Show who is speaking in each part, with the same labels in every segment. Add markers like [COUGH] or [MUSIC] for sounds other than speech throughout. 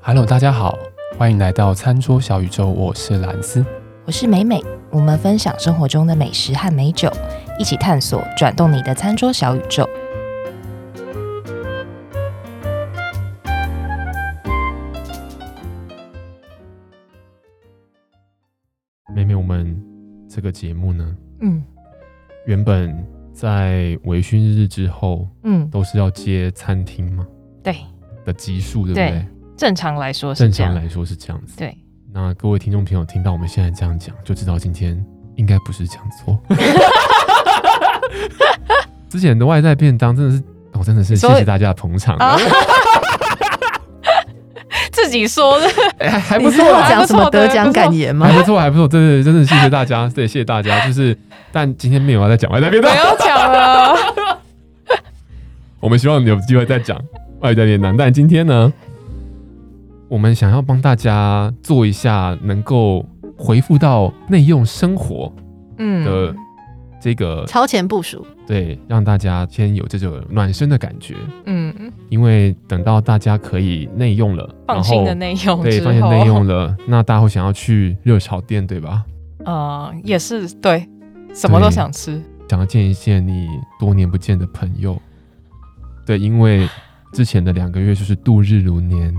Speaker 1: Hello，大家好，欢迎来到餐桌小宇宙，我是蓝斯。
Speaker 2: 我是美美，我们分享生活中的美食和美酒，一起探索转动你的餐桌小宇宙。
Speaker 1: 妹妹，我们这个节目呢，
Speaker 2: 嗯
Speaker 1: 原本在微醺日之后
Speaker 2: 嗯，
Speaker 1: 都是要接餐厅嘛
Speaker 2: 对，
Speaker 1: 的集数，对不对？
Speaker 2: 对正常来说是
Speaker 1: 正
Speaker 2: 这
Speaker 1: 常
Speaker 2: 样。
Speaker 1: 来说是这样子。
Speaker 2: 对，
Speaker 1: 那各位听众朋友听到我们现在这样讲，就知道今天应该不是讲
Speaker 2: [LAUGHS]
Speaker 1: 错。哦之前的外在便当真的是，哦，真的是谢
Speaker 2: 所以
Speaker 1: 谢大家的捧场，
Speaker 2: 啊 [LAUGHS] 自己说的，
Speaker 1: 哎还
Speaker 3: 你
Speaker 1: 不
Speaker 3: 是
Speaker 1: 错
Speaker 3: 要
Speaker 1: 啦，
Speaker 3: 讲什么得奖感言吗
Speaker 1: 还？不错，还不错，对对对，真的谢谢大家，对，谢谢大家。就是，但今天没有要再讲外在便
Speaker 2: 不
Speaker 1: 当，
Speaker 2: 要讲了。
Speaker 1: 我们希望有机会再讲外在便当。但今天呢，我们想要帮大家做一下能够回复到内用生活
Speaker 2: 嗯，
Speaker 1: 的这个，
Speaker 3: 超前部署，
Speaker 1: 对，让大家先有这种暖身的感觉。
Speaker 2: 嗯，
Speaker 1: 因为等到大家可以内用了，然
Speaker 2: 放心
Speaker 1: 后
Speaker 2: 的内用
Speaker 1: 对，
Speaker 2: 之
Speaker 1: 放心
Speaker 2: 后，
Speaker 1: 内用了，那大家会想要去热炒店，对吧？
Speaker 2: 呃，也是对，什么都想吃。
Speaker 1: 想要见一见你多年不见的朋友。对，因为之前的两个月就是度日如年。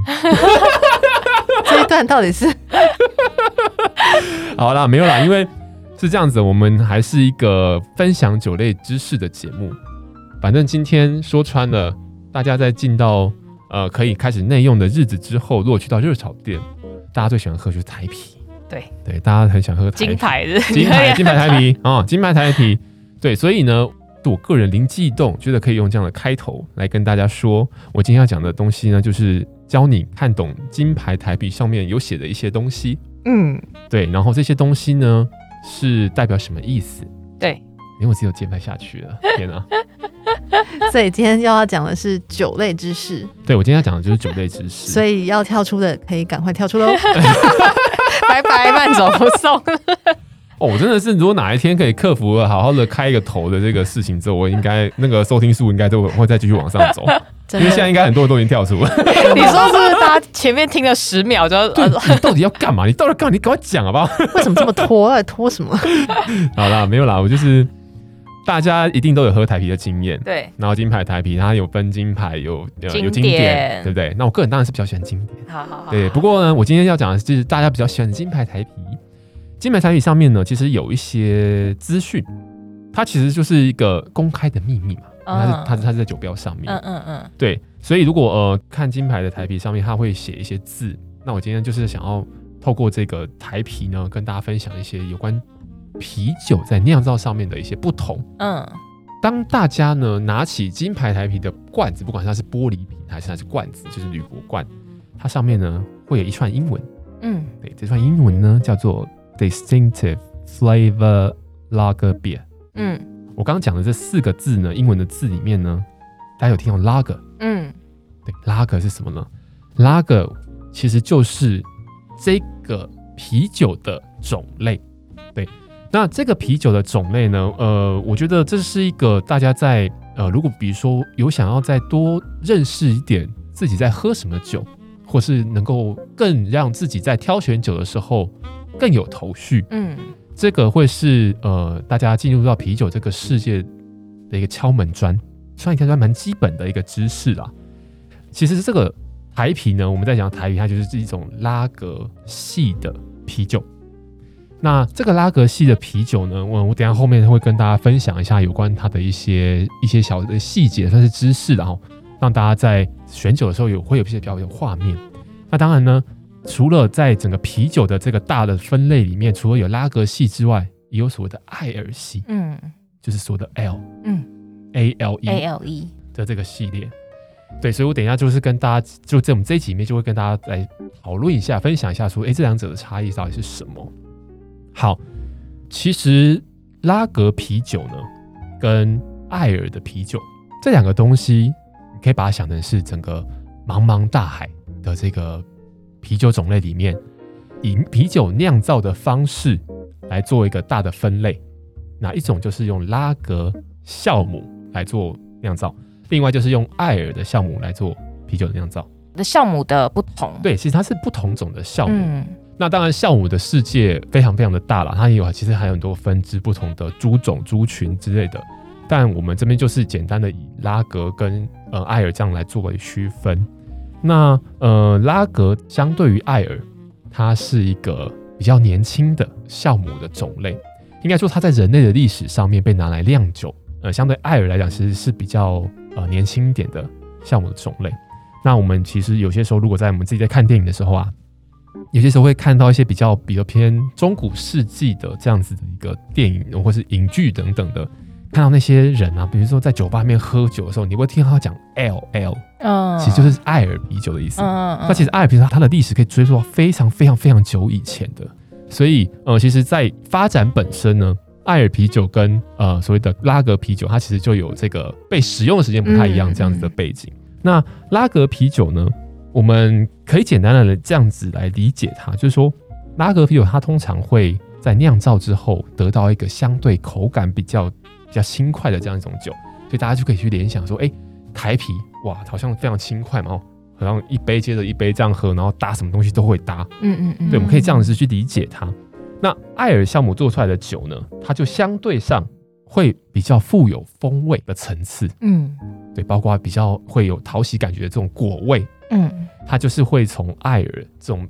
Speaker 3: 这一段到底
Speaker 1: [LAUGHS]
Speaker 3: 是
Speaker 1: 好啦，没有啦，因为是这样子，我们还是一个分享酒类知识的节目。反正今天说穿了，大家在进到呃可以开始内用的日子之后，如果去到热炒店，大家最喜欢喝就是台啤。
Speaker 2: 对
Speaker 1: 对，大家很想喝台
Speaker 2: 金
Speaker 1: 啤
Speaker 2: 牌的，
Speaker 1: 金
Speaker 2: [LAUGHS]
Speaker 1: 牌金牌台啤啊、金牌台啤。对，所以呢，我个人灵机一动，觉得可以用这样的开头来跟大家说，我今天要讲的东西呢，就是教你看懂金牌台啤上面有写的一些东西。
Speaker 2: 嗯，
Speaker 1: 对，然后这些东西呢是代表什么意思？
Speaker 2: 对，
Speaker 1: 连我自己都接拍下去了，天哪！ [LAUGHS]
Speaker 3: 嗯所以今天要要讲的是酒类知识，
Speaker 1: 对我今天要讲的就是酒类知识，
Speaker 3: 所以要跳出的可以赶快
Speaker 1: [LAUGHS]
Speaker 3: 跳出喽。
Speaker 2: 拜拜，慢走不送。
Speaker 1: 哦，我真的是，如果哪一天可以克服了好好的开一个头的这个事情之后，我应该那个收听数应该都会再继续往上走，因
Speaker 3: 真
Speaker 1: 为现在
Speaker 3: 的，
Speaker 1: 应该很多人都已经跳出了。
Speaker 2: 你说是不是？大家前面听了十秒就
Speaker 1: 对你到底要干嘛？你到底干嘛？你赶快讲好不 [LAUGHS] 好？
Speaker 3: 为什么这么拖？到底拖什么？
Speaker 1: 好啦，没有啦，我就是大家一定都有喝台啤的经验，
Speaker 2: 对，
Speaker 1: 然后金牌台啤它有分金牌，有呃有有
Speaker 2: 经
Speaker 1: 经
Speaker 2: 典
Speaker 1: 典，对不对？那我个人当然是比较喜欢经典。
Speaker 2: 好好好，
Speaker 1: 对，不过呢，我今天要讲的是大家比较喜欢的金牌台啤。金牌台啤上面呢，其实有一些资讯，它其实就是一个公开的秘密嘛，
Speaker 2: 嗯
Speaker 1: 它是它是它是在酒标上面，
Speaker 2: 嗯嗯嗯，
Speaker 1: 对，所以如果呃看金牌的台啤上面，它会写一些字，那我今天就是想要透过这个台啤呢，跟大家分享一些有关啤酒在酿造上面的一些不同。
Speaker 2: 嗯，
Speaker 1: 当大家呢拿起金牌台啤的罐子，不管它是玻璃瓶还是它是罐子，就是铝箔罐，它上面呢会有一串英文。
Speaker 2: 嗯，
Speaker 1: 对，这串英文呢叫做 distinctive flavor lager beer。
Speaker 2: 嗯
Speaker 1: 我刚刚讲的这四个字呢，英文的字里面呢，大家有听到 lager？
Speaker 2: 嗯，
Speaker 1: 对，lager 是什么呢？lager 其实就是这个啤酒的种类。对，那这个啤酒的种类呢，呃，我觉得这是一个大家在呃，如果比如说有想要再多认识一点自己在喝什么酒，或是能够更让自己在挑选酒的时候更有头绪，
Speaker 2: 嗯，
Speaker 1: 这个会是呃，大家进入到啤酒这个世界的一个敲门砖，算一个算蛮基本的一个知识啦。其实这个台啤呢，我们在讲台啤，它就是一种拉格系的啤酒。那这个拉格系的啤酒呢，我我等一下后面会跟大家分享一下有关它的一些一些小的细节，算是知识啦齁，然后让大家在选酒的时候有会有一些比较有画面。那当然呢，除了在整个啤酒的这个大的分类里面，除了有拉格系之外，也有所谓的艾尔系，
Speaker 2: 嗯
Speaker 1: 就是所谓的 L，
Speaker 2: 嗯
Speaker 1: ，A L E
Speaker 2: ，A L E，
Speaker 1: 的这个系列。对，所以我等一下就是跟大家，就在我们这一集里面就会跟大家来讨论一下，分享一下说，诶，这两者的差异到底是什么？好，其实拉格啤酒呢，跟艾尔的啤酒这两个东西，你可以把它想成是整个茫茫大海的这个啤酒种类里面，以啤酒酿造的方式来做一个大的分类。哪一种就是用拉格酵母来做酿造？另外就是用艾尔的酵母来做啤酒的酿造。
Speaker 2: 的酵母的不同。
Speaker 1: 对，其实它是不同种的酵母。
Speaker 2: 嗯，
Speaker 1: 那当然，酵母的世界非常非常的大了，它也有其实还有很多分支、不同的猪种、猪群之类的。但我们这边就是简单的以拉格跟呃艾尔酱来作为区分。那呃拉格相对于艾尔，它是一个比较年轻的酵母的种类，应该说它在人类的历史上面被拿来酿酒。呃，相对艾尔来讲，其实是比较呃年轻一点的酵母的种类。那我们其实有些时候，如果在我们自己在看电影的时候啊，有些时候会看到一些比较比较偏中古世纪的这样子的一个电影或是影剧等等的，看到那些人啊，比如说在酒吧里面喝酒的时候，你会听到他讲 L L，
Speaker 2: 嗯
Speaker 1: 其实就是艾尔啤酒的意思。
Speaker 2: 嗯
Speaker 1: 那其实艾尔啤酒它的历史可以追溯到非常非常非常久以前的，所以呃，其实，在发展本身呢，艾尔啤酒跟呃所谓的拉格啤酒，它其实就有这个被使用的时间不太一样
Speaker 2: 嗯
Speaker 1: 这样子的背景。那拉格啤酒呢，我们可以简单的这样子来理解它，就是说拉格啤酒它通常会在酿造之后得到一个相对口感比较比较轻快的这样一种酒，所以大家就可以去联想说，哎、台啤哇，好像非常轻快嘛，哦，好像一杯接着一杯这样喝，然后搭什么东西都会搭，
Speaker 2: 嗯嗯嗯，
Speaker 1: 对，我们可以这样子去理解它。那艾尔酵母做出来的酒呢，它就相对上会比较富有风味的层次，
Speaker 2: 嗯
Speaker 1: 对，包括比较会有讨喜感觉的这种果味，
Speaker 2: 嗯
Speaker 1: 它就是会从艾尔这种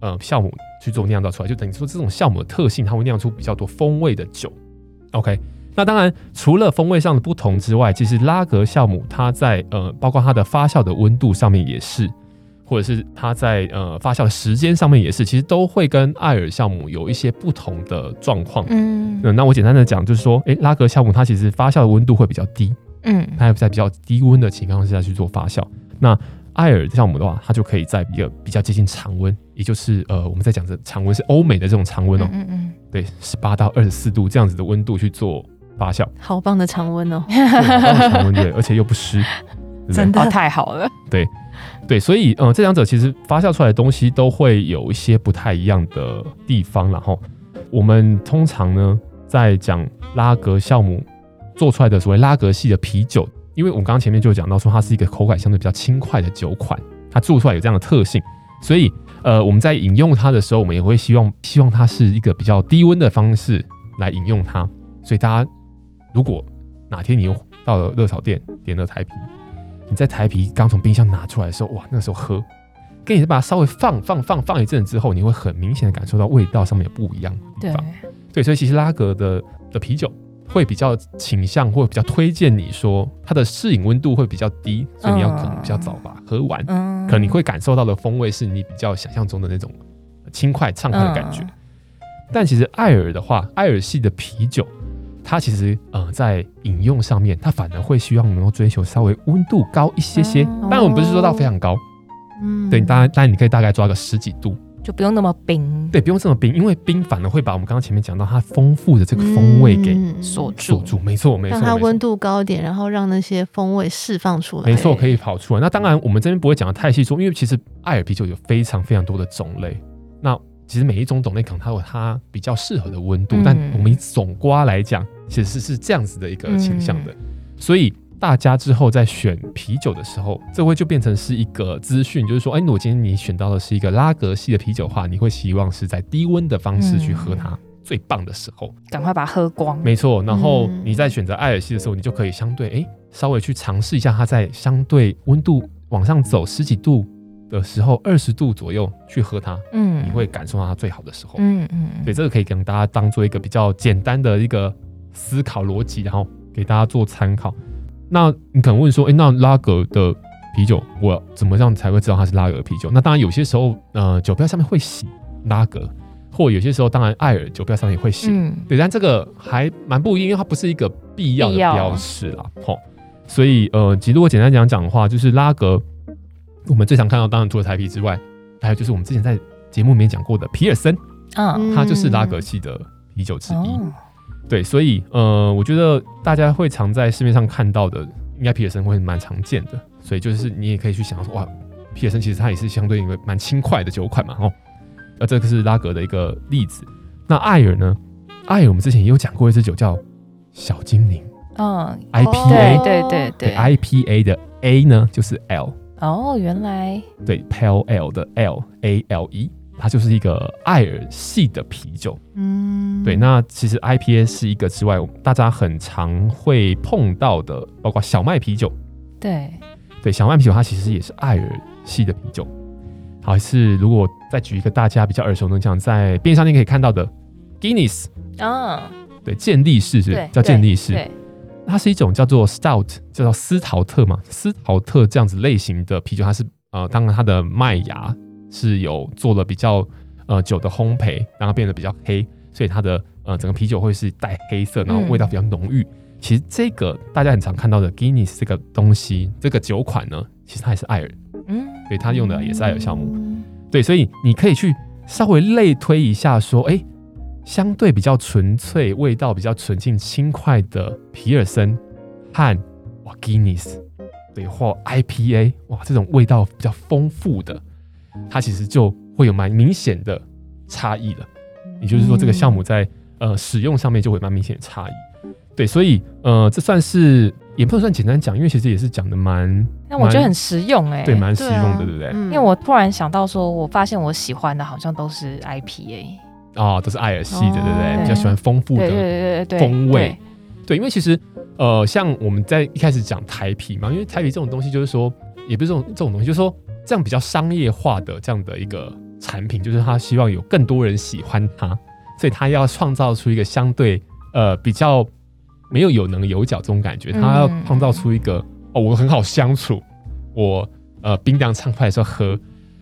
Speaker 1: 呃酵母去做酿造出来，就等于说这种酵母的特性，它会酿出比较多风味的酒。OK，那当然除了风味上的不同之外，其实拉格酵母它在呃包括它的发酵的温度上面也是，或者是它在呃发酵的时间上面也是，其实都会跟艾尔酵母有一些不同的状况。
Speaker 2: 嗯
Speaker 1: 嗯，那我简单的讲，就是说，诶、拉格酵母它其实发酵的温度会比较低，
Speaker 2: 嗯
Speaker 1: 它要在比较低温的情况之下去做发酵。那艾尔酵母的话，它就可以在一个比较接近常温，也就是呃，我们在讲的常温是欧美的这种常温哦，
Speaker 2: 嗯嗯
Speaker 1: 对，十八到二十四度这样子的温度去做发
Speaker 2: [LAUGHS]
Speaker 1: 酵，
Speaker 3: 好棒的常温哦，
Speaker 1: 对很高的常温对，而且又不湿，对不对
Speaker 2: 真的哦太好了，
Speaker 1: 对，所以嗯、呃这两者其实发酵出来的东西都会有一些不太一样的地方，然后我们通常呢在讲拉格酵母做出来的所谓拉格系的啤酒，因为我们刚刚前面就有讲到说它是一个口感相对比较轻快的酒款，它做出来有这样的特性，所以呃我们在饮用它的时候，我们也会希望希望它是一个比较低温的方式来饮用它，所以大家如果哪天你又到了热炒店点了台啤，你在台啤刚从冰箱拿出来的时候，哇，那时候喝，跟你把它稍微放放放放一阵子之后，你会很明显的感受到味道上面有不一样的地
Speaker 2: 对
Speaker 1: 方。对，所以其实拉格的的啤酒会比较倾向，或者比较推荐你说它的适饮温度会比较低，所以你要可能比较早把它喝完，
Speaker 2: 嗯，
Speaker 1: 可能你会感受到的风味是你比较想象中的那种轻快畅快的感
Speaker 2: 嗯
Speaker 1: 觉。但其实艾尔的话，艾尔系的啤酒，它其实呃在饮用上面，它反而会希望能够追求稍微温度高一些些
Speaker 2: 哦，
Speaker 1: 当然我们不是说到非常高，
Speaker 3: 嗯，
Speaker 1: 对，当然当然你可以大概抓个十几度，
Speaker 2: 就不用那么冰
Speaker 1: 对，不用这么冰，因为冰反而会把我们刚刚前面讲到它丰富的这个风味给
Speaker 3: 嗯
Speaker 2: 锁住
Speaker 1: 锁，住，没错，没错，
Speaker 3: 让它
Speaker 1: 没错
Speaker 3: 温度高一点，然后让那些风味释放出来。
Speaker 1: 没错，可以跑出来。那当然，我们这边不会讲的太细说，因为其实艾尔啤酒有非常非常多的种类。那其实每一种种类可能它有它比较适合的温度，
Speaker 2: 嗯
Speaker 1: 但我们以总瓜来讲，其实是这样子的一个倾向的。所以大家之后在选啤酒的时候，这会就变成是一个资讯，就是说，哎，如果今天你选到的是一个拉格系的啤酒的话，你会希望是在低温的方式去喝它。最棒的时候，
Speaker 2: 赶快把它喝光。
Speaker 1: 没错。然后
Speaker 3: 嗯
Speaker 1: 你在选择艾尔西的时候，你就可以相对哎、诶稍微去尝试一下它在相对温度往上走十几度的时候，二十度左右去喝它，
Speaker 2: 嗯
Speaker 1: 你会感受到它最好的时候。
Speaker 2: 嗯嗯，
Speaker 1: 对，这个可以给大家当做一个比较简单的一个思考逻辑，然后给大家做参考。那你可能问说，诶，那拉格的啤酒，我怎么样才会知道它是拉格的啤酒？那当然，有些时候，呃，酒标上面会写拉格，或有些时候，当然艾尔酒标上面也会写。
Speaker 2: 嗯
Speaker 1: 对，但这个还蛮不一定，因为它不是一个必要的
Speaker 2: 必要啊
Speaker 1: 标识啦，吼。所以呃，其实如果简单讲讲的话，就是拉格，我们最常看到，当然除了台啤之外，还有就是我们之前在节目里面讲过的皮尔森，
Speaker 2: 嗯
Speaker 3: 嗯
Speaker 1: 它就是拉格系的啤酒之一。
Speaker 2: 哦，
Speaker 1: 对，所以呃，我觉得大家会常在市面上看到的，应该皮尔森会蛮常见的。所以就是你也可以去想说，哇，皮尔森其实它也是相对一个蛮轻快的酒款嘛，哦。呃，这个是拉格的一个例子。那艾尔呢？艾尔我们之前也有讲过一支酒叫小精灵
Speaker 2: 嗯，
Speaker 1: IPA，、
Speaker 2: 对对对对
Speaker 1: 哎对 IPA 的 A 呢就是 L，
Speaker 2: 哦，原来
Speaker 1: 对，Pale Ale 的 L A L E，它就是一个爱尔系的啤酒。
Speaker 3: 嗯，
Speaker 1: 对，那其实 IPA 是一个之外，大家很常会碰到的，包括小麦啤酒。
Speaker 2: 对，
Speaker 1: 对，小麦啤酒它其实也是爱尔系的啤酒。好，是如果再举一个大家比较耳熟能详，在便利商店可以看到的 Guinness，
Speaker 2: 嗯，
Speaker 1: 对，健力士是不是
Speaker 2: 对，
Speaker 1: 叫健力
Speaker 2: 对
Speaker 1: 士，
Speaker 2: 对，
Speaker 1: 它是一种叫做 Stout，叫做斯陶特嘛，斯陶特这样子类型的啤酒，它是呃，当然它的麦芽是有做了比较呃久的烘焙，让它变得比较黑，所以它的呃整个啤酒会是带黑色，然后味道比较浓郁。其实这个大家很常看到的 Guinness 这个东西，这个酒款呢，其实它也是爱尔，
Speaker 2: 嗯，
Speaker 1: 对，它用的也是爱尔酵母。
Speaker 2: 母，
Speaker 1: 对，所以你可以去稍微类推一下，说，哎，相对比较纯粹、味道比较纯净、轻快的皮尔森和哇 Guinness，对，或 IPA，哇，这种味道比较丰富的，它其实就会有蛮明显的差异了。也就是说，这
Speaker 3: 嗯
Speaker 1: 个项目在呃使用上面就会蛮明显的差异。对，所以呃，这算是也不能算简单讲，因为其实也是讲的蛮
Speaker 2: 那我觉得很实用哎，
Speaker 1: 对，蛮实
Speaker 3: 对
Speaker 1: 用
Speaker 3: 啊
Speaker 1: 的，对不对？
Speaker 3: 嗯
Speaker 2: 因为我突然想到说，我发现我喜欢的好像都是 IPA，
Speaker 1: 哦，都是爱尔系的，对不对？
Speaker 3: 哦
Speaker 1: 比较喜欢丰富
Speaker 2: 对
Speaker 1: 的
Speaker 2: 对对对对，
Speaker 1: 风味对，
Speaker 2: 对，
Speaker 1: 因为其实呃，像我们在一开始讲台啤嘛，因为台啤这种东西就是说，也不是这种这种东西，就是说这样比较商业化的这样的一个产品，就是他希望有更多人喜欢它，所以他要创造出一个相对呃比较没有有棱有角这种感觉，他要
Speaker 2: 嗯
Speaker 1: 创造出一个、哦，我很好相处，我呃冰凉畅快的时候喝，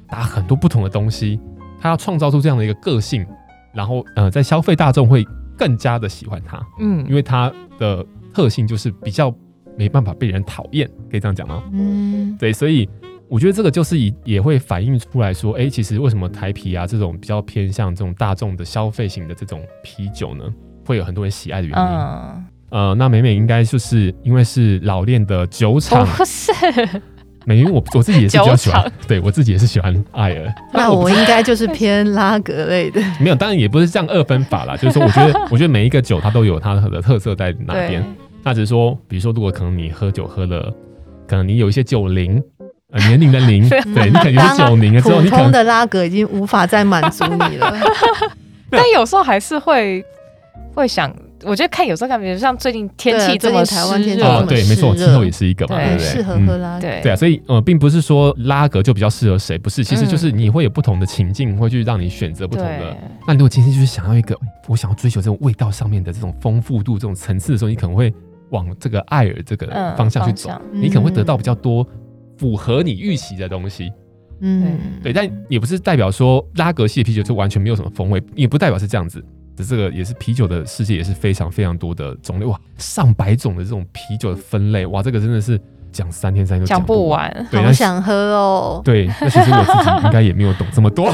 Speaker 1: 打很多不同的东西，他要创造出这样的一个个性，然后呃在消费大众会更加的喜欢它。因
Speaker 2: 嗯，
Speaker 1: 为它的特性就是比较没办法被人讨厌，可以这样讲吗？
Speaker 3: 嗯
Speaker 1: 对，所以我觉得这个就是也也会反映出来说，哎、其实为什么台啤啊这种比较偏向这种大众的消费型的这种啤酒呢，会有很多人喜爱的原因。
Speaker 2: 嗯，
Speaker 1: 呃，那美美应该就是因为是老练的酒厂，
Speaker 2: 不是，
Speaker 1: 美云我我自己也是比较喜
Speaker 2: 哦酒
Speaker 1: 欢，对我自己也是喜欢艾
Speaker 2: [LAUGHS]
Speaker 1: 尔。
Speaker 3: 那我应该就是偏拉格类的，
Speaker 1: 没有，当然也不是这样二分法啦，就是说我觉得我觉得每一个酒它都有它的特色在哪边
Speaker 2: 对。，
Speaker 1: 那只是说，比如说，如果可能你喝酒喝了，可能你有一些酒龄，呃，年龄的龄，
Speaker 3: [LAUGHS]
Speaker 1: 对你可能有些酒龄了之后，
Speaker 3: 普
Speaker 1: 你可
Speaker 3: 通
Speaker 1: 能哦
Speaker 3: 的拉格已经无法再满足
Speaker 1: [LAUGHS]
Speaker 3: 你了。
Speaker 2: [LAUGHS] 但有时候还是会会想，我觉得看有时候看，比如像最近天气这
Speaker 3: 对
Speaker 2: 么
Speaker 3: 最近台湾
Speaker 2: 湿
Speaker 3: 天气
Speaker 2: 热
Speaker 1: 啊、
Speaker 3: 这么
Speaker 1: 对，没错，
Speaker 3: 湿
Speaker 1: 气
Speaker 3: 热
Speaker 1: 候也是一个嘛，对
Speaker 2: 对
Speaker 1: 不对？
Speaker 3: 适合
Speaker 1: 嗯
Speaker 3: 喝拉格。
Speaker 2: 对
Speaker 1: 对啊，所以呃，并不是说拉格就比较适合谁，不是，其实
Speaker 2: 嗯
Speaker 1: 就是你会有不同的情境，会去让你选择不同的
Speaker 2: 对。
Speaker 1: 那如果今天就是想要一个，我想要追求这种味道上面的这种丰富度、这种层次的时候，你可能会往这个艾尔这个
Speaker 2: 嗯
Speaker 1: 方向去走，你可能会得到比较多符合你预期的东西。
Speaker 3: 嗯，
Speaker 1: 对，但也不是代表说拉格系的啤酒就完全没有什么风味，也不代表是这样子。只是这个也是啤酒的世界也是非常非常多的种类哇，上百种的这种啤酒的分类哇，这个真的是讲三天三夜都
Speaker 2: 讲不
Speaker 1: 不。
Speaker 2: 完，
Speaker 1: 对，
Speaker 3: 好
Speaker 1: 那其
Speaker 3: 想喝哦。
Speaker 1: 对，那其实我自己应该也没有懂这么多。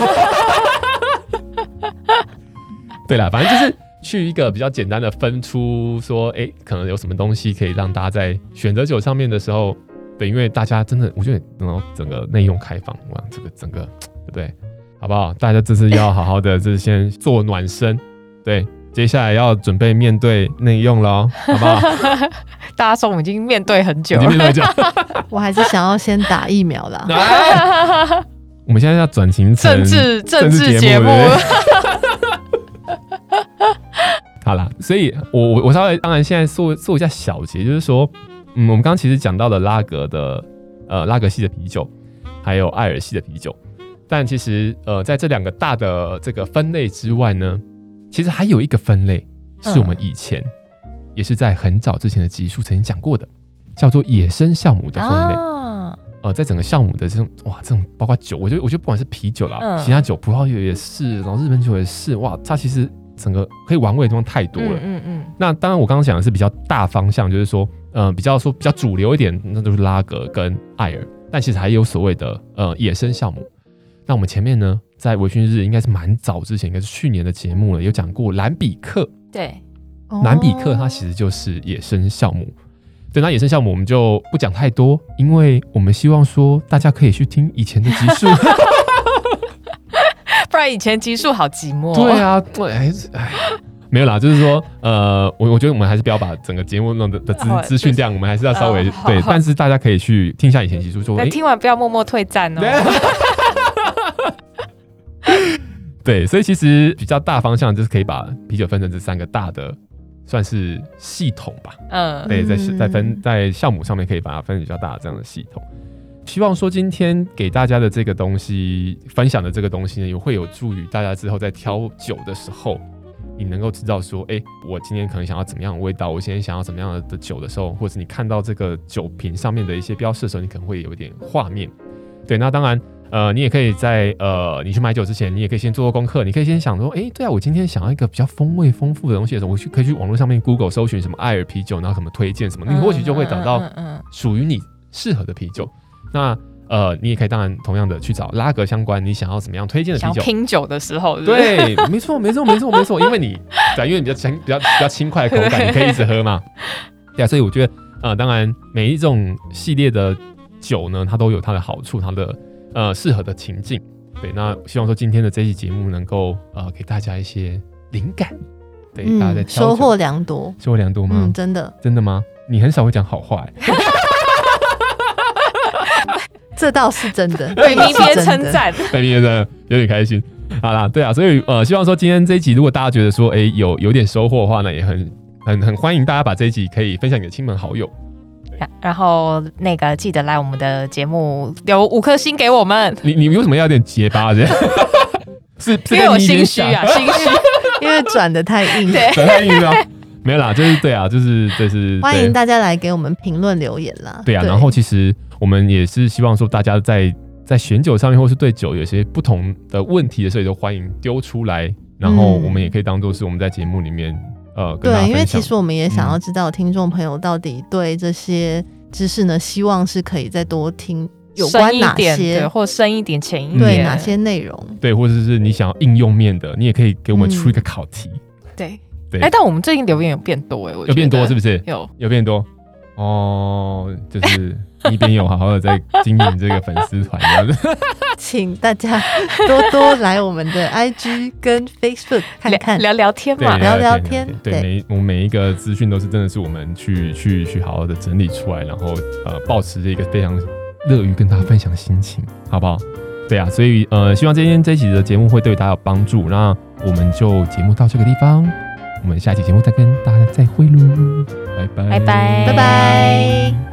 Speaker 1: [LAUGHS] 对啦，反正就是去一个比较简单的分出说，哎、可能有什么东西可以让大家在选择酒上面的时候，对，因为大家真的，我觉得然后整个内用开放，哇，这个整个对不对？好不好？大家这次要好好的，就是先做暖身，对，接下来要准备面对内用喽，好
Speaker 2: [LAUGHS]
Speaker 1: 不好？
Speaker 2: 大家说我们已经面对很久
Speaker 1: 你
Speaker 2: 了，
Speaker 1: 面对讲，
Speaker 3: 我还是想要先打疫苗啦。
Speaker 1: 来，
Speaker 2: [LAUGHS]
Speaker 1: 我们现在要转型成
Speaker 2: [LAUGHS] 政治政治
Speaker 1: 节
Speaker 2: 节目，
Speaker 1: 对 [LAUGHS] 好啦，所以我我我稍微当然现在做做一下小结，就是说，嗯，我们刚刚其实讲到了拉格的呃拉格系的啤酒，还有艾尔系的啤酒，但其实呃在这两个大的这个分类之外呢，其实还有一个分类是我们以前、也是在很早之前的集数曾经讲过的，叫做野生酵母的分类。
Speaker 2: 啊，
Speaker 1: 呃，在整个项目的这种哇，这种包括酒，我觉得我觉得不管是啤酒啦，
Speaker 2: 嗯
Speaker 1: 其他酒，葡萄酒也是，然后日本酒也是，哇，它其实整个可以玩味的地方太多了。
Speaker 2: 嗯嗯
Speaker 1: 那当然，我刚刚讲的是比较大方向，就是说，呃，比较说比较主流一点，那就是拉格跟艾尔，但其实还有所谓的呃野生项目。那我们前面呢，在微醺日应该是蛮早之前，应该是去年的节目了，有讲过蓝比克，
Speaker 2: 嗯，对，
Speaker 1: 南比克
Speaker 3: 哦
Speaker 1: 它其实就是野生酵母。对，那野生酵母我们就不讲太多，因为我们希望说大家可以去听以前的集
Speaker 2: [LAUGHS]
Speaker 1: 数。 [LAUGHS]
Speaker 2: 不然以前集数好寂寞，
Speaker 1: 啊
Speaker 2: [LAUGHS]
Speaker 1: 对，啊，对哎哎，没有啦，就是说，呃，我我觉得我们还是不要把整个节目弄的的资
Speaker 2: 好
Speaker 1: 资讯量，我们还是要稍微
Speaker 2: 呃好
Speaker 1: 对，
Speaker 2: 好
Speaker 1: 但是大家可以去听一下以前集数，说
Speaker 2: 那
Speaker 1: 诶
Speaker 2: 听完不要默默退战哦。
Speaker 1: [LAUGHS] 对，所以其实比较大方向就是可以把啤酒分成这三个大的，算是系统吧。
Speaker 2: 嗯，
Speaker 1: 对，在
Speaker 3: 嗯
Speaker 1: 在分在项目上面可以把它分比较大的这样的系统。希望说今天给大家的这个东西，分享的这个东西呢，也会有助于大家之后在挑酒的时候，你能够知道说，哎、我今天可能想要怎么样的味道，我今天想要怎么样的酒的时候，或者你看到这个酒瓶上面的一些标示的时候，你可能会有一点画面。对，那当然，呃，你也可以在呃你去买酒之前，你也可以先做做功课，你可以先想说，诶，对啊，我今天想要一个比较风味丰富的东西的时候，我去可以去网络上面 Google 搜寻什么艾尔啤酒，然后什么推荐什么，你或许就会找到
Speaker 2: 嗯嗯嗯
Speaker 1: 属于你适合的啤酒。那呃，你也可以当然同样的去找拉格相关你想要怎么样推荐
Speaker 2: 嗯
Speaker 1: 的
Speaker 2: 想
Speaker 1: 啤
Speaker 2: 要
Speaker 1: 酒。
Speaker 2: 拼酒的时候，是不是，
Speaker 1: 对，没错，没错，没错，没错，因为你，对，因为你比较轻，比较比较轻快的口感，
Speaker 2: 对
Speaker 1: 你可以一直喝
Speaker 3: [LAUGHS]
Speaker 1: 嘛。对啊，所以我觉得，呃，当然每一种系列的酒呢，它都有它的好处，它的呃适合的情境。对，那希望说今天的这期节目能够呃给大家一些灵感，对、大家在
Speaker 3: 嗯，
Speaker 1: 挑
Speaker 3: 收
Speaker 1: 酒
Speaker 3: 获良多。
Speaker 1: 收获良多吗？
Speaker 3: 嗯，真的，
Speaker 1: 真的吗？你很少会讲好话、欸，
Speaker 3: 这倒是真
Speaker 1: [LAUGHS]
Speaker 3: 的。
Speaker 2: 对，明
Speaker 3: 这
Speaker 2: 别
Speaker 3: 倒是真
Speaker 2: 称
Speaker 3: 的。
Speaker 2: 赞，
Speaker 1: 那边真的有点开心。好啦，对啊，所以呃，希望说今天这一集，如果大家觉得说，哎、有有点收获的话呢，也很很很欢迎大家把这一集可以分享给亲朋好友。
Speaker 2: 然然后那个记得来我们的节目留五颗星给我们，
Speaker 1: 你你为什么要有点结巴这样？ [LAUGHS] 是是
Speaker 2: 因
Speaker 1: 被
Speaker 2: 为我
Speaker 1: 你
Speaker 2: 心
Speaker 1: 影
Speaker 2: 虚
Speaker 1: 响
Speaker 2: 啊，心虚。
Speaker 3: 因为转的太
Speaker 1: [LAUGHS]
Speaker 3: 硬。
Speaker 2: 对
Speaker 1: 转太硬了。没有啦，就是对啊，就是就是
Speaker 3: 欢迎
Speaker 1: 对
Speaker 3: 大家来给我们评论留言啦。
Speaker 1: 对啊。然后其实我们也是希望说大家在在选酒上面，或是对酒有些不同的问题的时候，也都欢迎丢出来，然后
Speaker 3: 嗯
Speaker 1: 我们也可以当做是我们在节目里面呃跟大家
Speaker 3: 对，因为
Speaker 1: 分享嗯
Speaker 3: 其。实我们也想要知道听众朋友到底对这些知识呢，希望是可以再多听 [LAUGHS] 有
Speaker 2: 深
Speaker 3: 关
Speaker 2: 一
Speaker 3: 哪
Speaker 2: 点对，
Speaker 3: 些，
Speaker 2: 或深一点、浅一点，
Speaker 3: 对
Speaker 1: 嗯
Speaker 3: 哪些内容。
Speaker 1: 对，或者是你想要应用面的，你也可以给我们出一个考题，
Speaker 2: 对。
Speaker 1: 对
Speaker 2: 哎，但我们最近留言有变多哎，我
Speaker 1: 有变多是不
Speaker 2: 是？
Speaker 1: 是？
Speaker 2: 有，
Speaker 1: 有变多哦，就是 [LAUGHS] 一边有好好的在经营这个粉丝团这样子，
Speaker 3: 请大家多多来我们的 IG 跟 Facebook 看看。
Speaker 2: 聊聊聊天
Speaker 1: 对，
Speaker 2: 嘛，
Speaker 3: 聊聊天
Speaker 1: 对，
Speaker 3: 对
Speaker 1: 每我们每一个资讯都是真的是我们去去去好好的整理出来，然后呃，保持着一个非常乐于跟大家分享的心情，好不好？对啊，所以呃，希望今天这一集的节目会对大家有帮助。那我们就节目到这个地方，我们下期节目再跟大家再会喽，拜拜，
Speaker 2: 拜拜
Speaker 3: 拜拜。